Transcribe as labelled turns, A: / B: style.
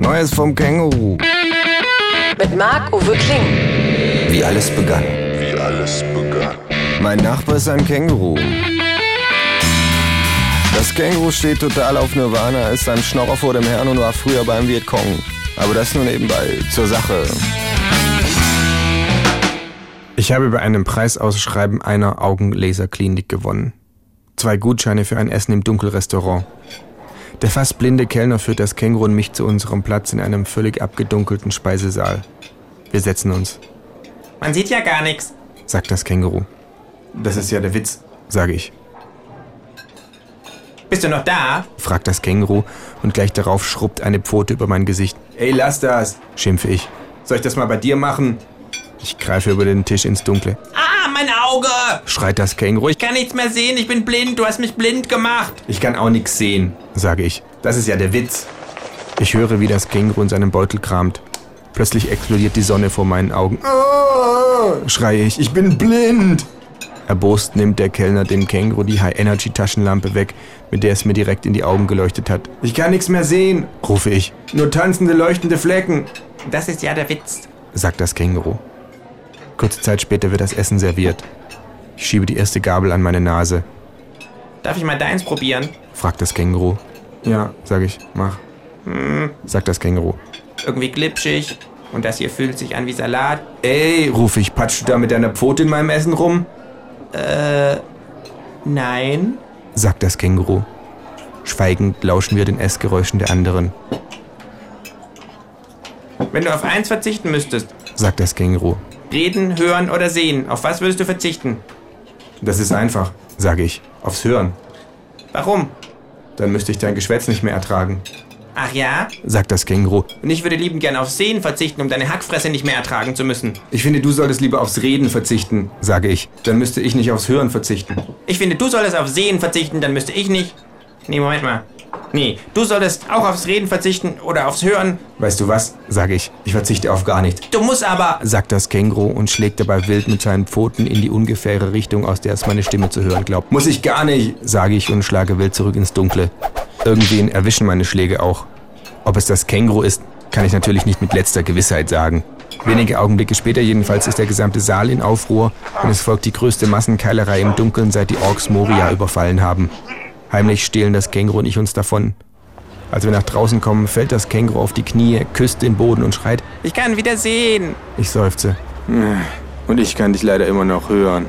A: Neues vom Känguru.
B: Mit Marc-Uwe Kling.
A: Wie alles begann.
C: wie alles begann.
A: Mein Nachbar ist ein Känguru. Das Känguru steht total auf Nirvana, ist ein Schnorrer vor dem Herrn und war früher beim Vietcong. Aber das nur nebenbei, zur Sache. Ich habe bei einem Preisausschreiben einer Augenlaserklinik gewonnen. Zwei Gutscheine für ein Essen im Dunkelrestaurant. Der fast blinde Kellner führt das Känguru und mich zu unserem Platz in einem völlig abgedunkelten Speisesaal. Wir setzen uns.
D: Man sieht ja gar nichts.
A: sagt das Känguru. Das ist ja der Witz, sage ich,
D: Bist du noch da?
A: fragt das Känguru und gleich darauf schrubbt eine Pfote über mein Gesicht. Ey, lass das, schimpfe ich. Soll ich das mal bei dir machen? Ich greife über den Tisch ins Dunkle,
D: Ah, mein Auge!
A: schreit das Känguru. Ich
D: Ich kann nichts mehr sehen, ich bin blind, du hast mich blind gemacht.
A: Ich kann auch nichts sehen, sage ich. Das ist ja der Witz. Ich höre, wie das Känguru in seinem Beutel kramt. Plötzlich explodiert die Sonne vor meinen Augen. Ah, schreie ich, ich bin blind. Erbost nimmt der Kellner dem Känguru die High-Energy-Taschenlampe weg, mit der es mir direkt in die Augen geleuchtet hat. Ich kann nichts mehr sehen, rufe ich. Nur tanzende, leuchtende Flecken,
D: Das ist ja der Witz.
A: sagt das Känguru. Kurze Zeit später wird das Essen serviert. Ich schiebe die erste Gabel an meine Nase,
D: Darf ich mal deins probieren?
A: fragt das Känguru. Ja, sage ich, mach. sagt das Känguru.
D: Irgendwie glitschig. Und das hier fühlt sich an wie Salat.
A: Ey, rufe ich, patschst du da mit deiner Pfote in meinem Essen rum?
D: Nein.
A: sagt das Känguru. Schweigend lauschen wir den Essgeräuschen der anderen,
D: Wenn du auf eins verzichten müsstest,
A: sagt das Känguru.
D: reden, hören oder sehen, auf was würdest du verzichten?
A: Das ist einfach, sage ich, aufs Hören.
D: Warum?
A: Dann müsste ich dein Geschwätz nicht mehr ertragen,
D: Ach ja?
A: sagt das Känguru.
D: Und ich würde liebend gern auf Sehen verzichten, um deine Hackfresse nicht mehr ertragen zu müssen.
A: Ich finde, du solltest lieber aufs Reden verzichten, sage ich. Dann müsste ich nicht aufs Hören verzichten.
D: Ich finde, du solltest auf Sehen verzichten, dann müsste ich nicht. Nee, Moment mal. Nee, du solltest auch aufs Reden verzichten oder aufs Hören.
A: Weißt du was, sage ich, ich verzichte auf gar nicht,
D: Du musst aber.
A: sagt das Känguru und schlägt dabei wild mit seinen Pfoten in die ungefähre Richtung, aus der es meine Stimme zu hören glaubt. Muss ich gar nicht, sage ich und schlage wild zurück ins Dunkle. Irgendwen erwischen meine Schläge auch. Ob es das Känguru ist, kann ich natürlich nicht mit letzter Gewissheit sagen. Wenige Augenblicke später jedenfalls ist der gesamte Saal in Aufruhr und es folgt die größte Massenkeilerei im Dunkeln, seit die Orks Moria überfallen haben. Heimlich stehlen das Känguru und ich uns davon. Als wir nach draußen kommen, fällt das Känguru auf die Knie, küsst den Boden und schreit
D: Ich kann wieder sehen.
A: ich seufze. Und ich kann dich leider immer noch hören.